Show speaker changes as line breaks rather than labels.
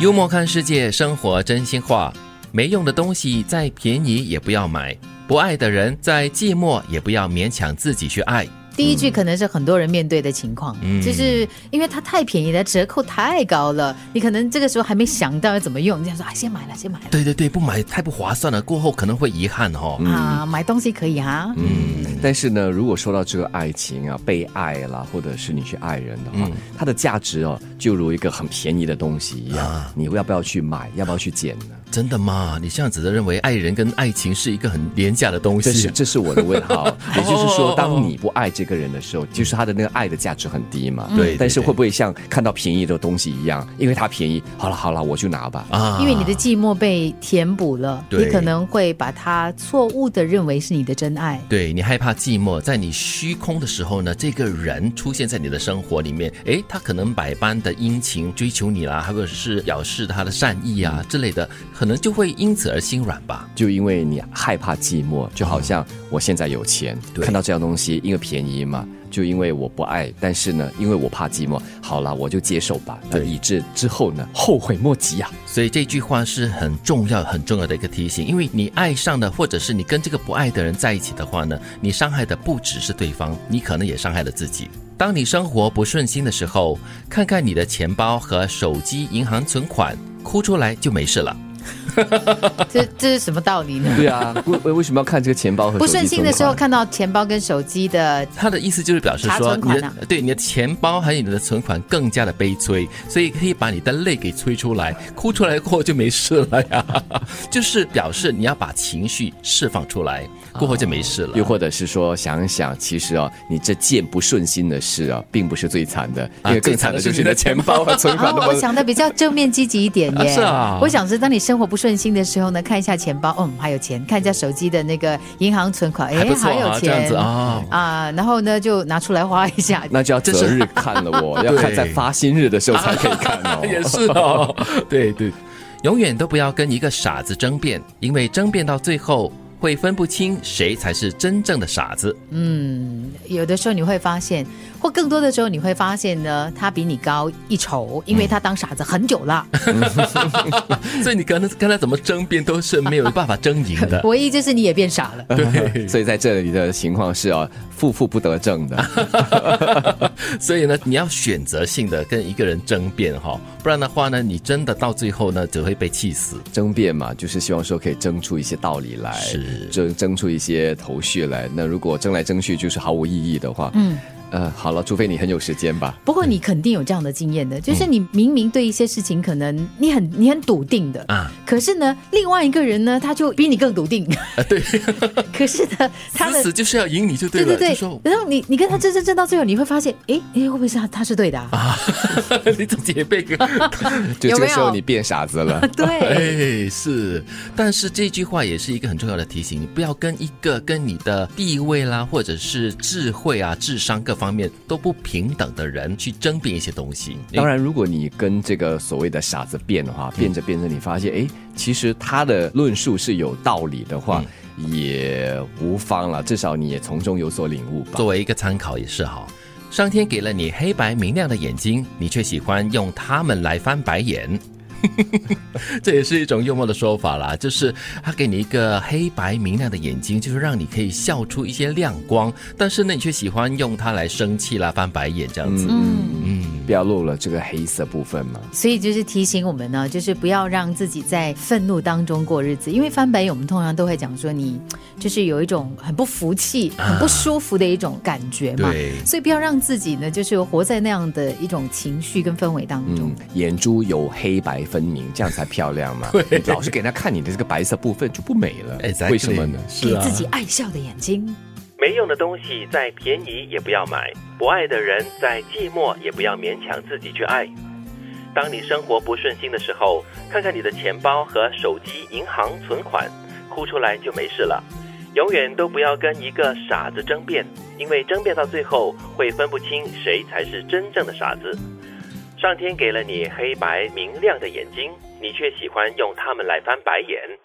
幽默看世界，生活真心话。没用的东西再便宜也不要买，不爱的人再寂寞也不要勉强自己去爱。
第一句可能是很多人面对的情况，
嗯
就是因为它太便宜了，折扣太高了，你可能这个时候还没想到要怎么用，你想说啊，先买了，先买了、
对对对，不买太不划算了，过后可能会遗憾哦。
啊，买东西可以啊，
嗯但是呢，如果说到这个爱情啊、被爱啦，或者是你去爱人的
嗯
话，它的价值哦，就如一个很便宜的东西一样，
啊
你要不要去买？要不要去捡呢？
真的吗？你这样子的认为爱人跟爱情是一个很廉价的东
这是
西？
这是我的问 号，也就是
哦哦哦
说，当你不爱这个人的时候，就是他的那个爱的价值很低嘛。
哦对对
但是
对
会不会像看到便宜的东西一样，因为它便宜，好了好了，我就拿吧。
啊
因为你的寂寞被填补了，
对
你可能会把它错误的认为是你的真爱。
对你害怕寂寞，在你虚空的时候呢，这个人出现在你的生活里面，诶，他可能百般的殷勤追求你啦，或者是表示他的善意啊之类的，可能就会因此而心软吧。
就因为你害怕寂寞，就好像我现在有钱，
对
看到这样东西，因为便宜嘛，就因为我不爱，但是呢，因为我怕寂寞，好了，我就接受吧。那
对
以致之后呢，后悔莫及啊呀、
所以这句话是很重要、很重要的一个提醒，因为你爱上的，或者是你跟这个不爱的人在一起的话呢，你伤害的不只是对方，你可能也伤害了自己。当你生活不顺心的时候，看看你的钱包和手机银行存款，哭出来就没事了。
这这是什么道理 呢？
对啊，为为为什么要看这个钱包和
不
手机
顺心的
存
时候
款
看到钱包跟手机的，
他的意思就是表示
查
说，
存
你
款
的
啊
对你的钱包还有你的存款更加的悲催，所以可以把你的泪给催出来，哭出来过后就没事了呀。 就是表示你要把情绪释放出来，过后就没事了。
又或者是说，想一想，其实哦，你这件不顺心的事啊，并不是最惨的，因为更啊惨的就是你的钱包啊和存
然
款
后
的
哦我
问题。
想的比较正面积极一点耶。
是啊
我想是当你生活不顺心的时候呢，看一下钱包，嗯，还有钱，看一下手机的那个银行存款，
还
哎
不，错
还
啊
有，
这样
钱
子啊。
啊，然后呢就拿出来花一下。
那就要择日看了 我，要看在发薪日的时候才可以看
也
哦。
是哦， 对对，永远都不要跟一个傻子争辩，因为争辩到最后会分不清谁才是真正的傻 子。
有的时候你会发现，或更多的时候你会发现呢，他比你高一筹，因
嗯
为他当傻子很久 了。。
所以你跟他跟他怎么争辩都是没有办法争赢的
唯一就是你也变傻了。
对，
所以在这里的情况是啊，负负不得正的。
所以呢，你要选择性的跟一个人争辩哈、不然的话呢，你真的到最后呢，只会被气死。
争辩嘛，就是希望说可以争出一些道理来，
是
争争出一些头绪来。那如果争来争去就是毫无意义的话，嗯，呃，好了，除非你很有时间 吧。
不过你肯定有这样的经验的，就是你明明对一些事情可能你很你很笃定的
啊，
可是呢，另外一个人呢，他就比你更 笃定。
啊对，
可是呢，他
死
的
死就是要赢你就对
对
了，
对对
就说，
然后你你跟他争争争到最后，你会发现，诶，诶，会不会是他他是对的啊？
啊， 你自己也被个
就
有
这
没有
个时候你变傻子 了。
对，
哎，是，但是这句话也是一个很重要的提醒，你不要跟一个跟你的地位啦，或者是智慧啊、智商各方面都不平等的人去争辩一些东西。
当，然，如果你跟这个所谓的傻子辩的话，辩着辩着，你发
嗯
现，哎，其实他的论述是有道理的话，
嗯
也无妨了，至少你也从中有所领悟吧
作。为一个参考也是好。上天给了你黑白明亮的眼睛，你却喜欢用它们来翻白眼。 这也是一种幽默的说法啦，就是他给你一个黑白明亮的眼睛，就是让你可以笑出一些亮光，但是呢，你却喜欢用它来生气啦、翻白眼这样子。
嗯。
嗯
不要漏了这个黑色部分嘛。
所以就是提醒我们呢，就是不要让自己在愤怒当中过日子，因为翻白眼，我们通常都会讲说你就是有一种很不服气、很不舒服的一种感觉嘛。
啊对
所以不要让自己呢，就是活在那样的一种情绪跟氛围当中。
嗯，眼珠有黑白分明，这样才漂亮嘛。你老是给他看你的这个白色部分就不美了
Exactly
为什么呢？
是
给自己爱笑的眼睛。
没用的东西再便宜也不要买，不爱的人再寂寞也不要勉强自己去爱。当你生活不顺心的时候，看看你的钱包和手机银行存款，哭出来就没事了。永远都不要跟一个傻子争辩，因为争辩到最后会分不清谁才是真正的傻子。上天给了你黑白明亮的眼睛，你却喜欢用它们来翻白眼。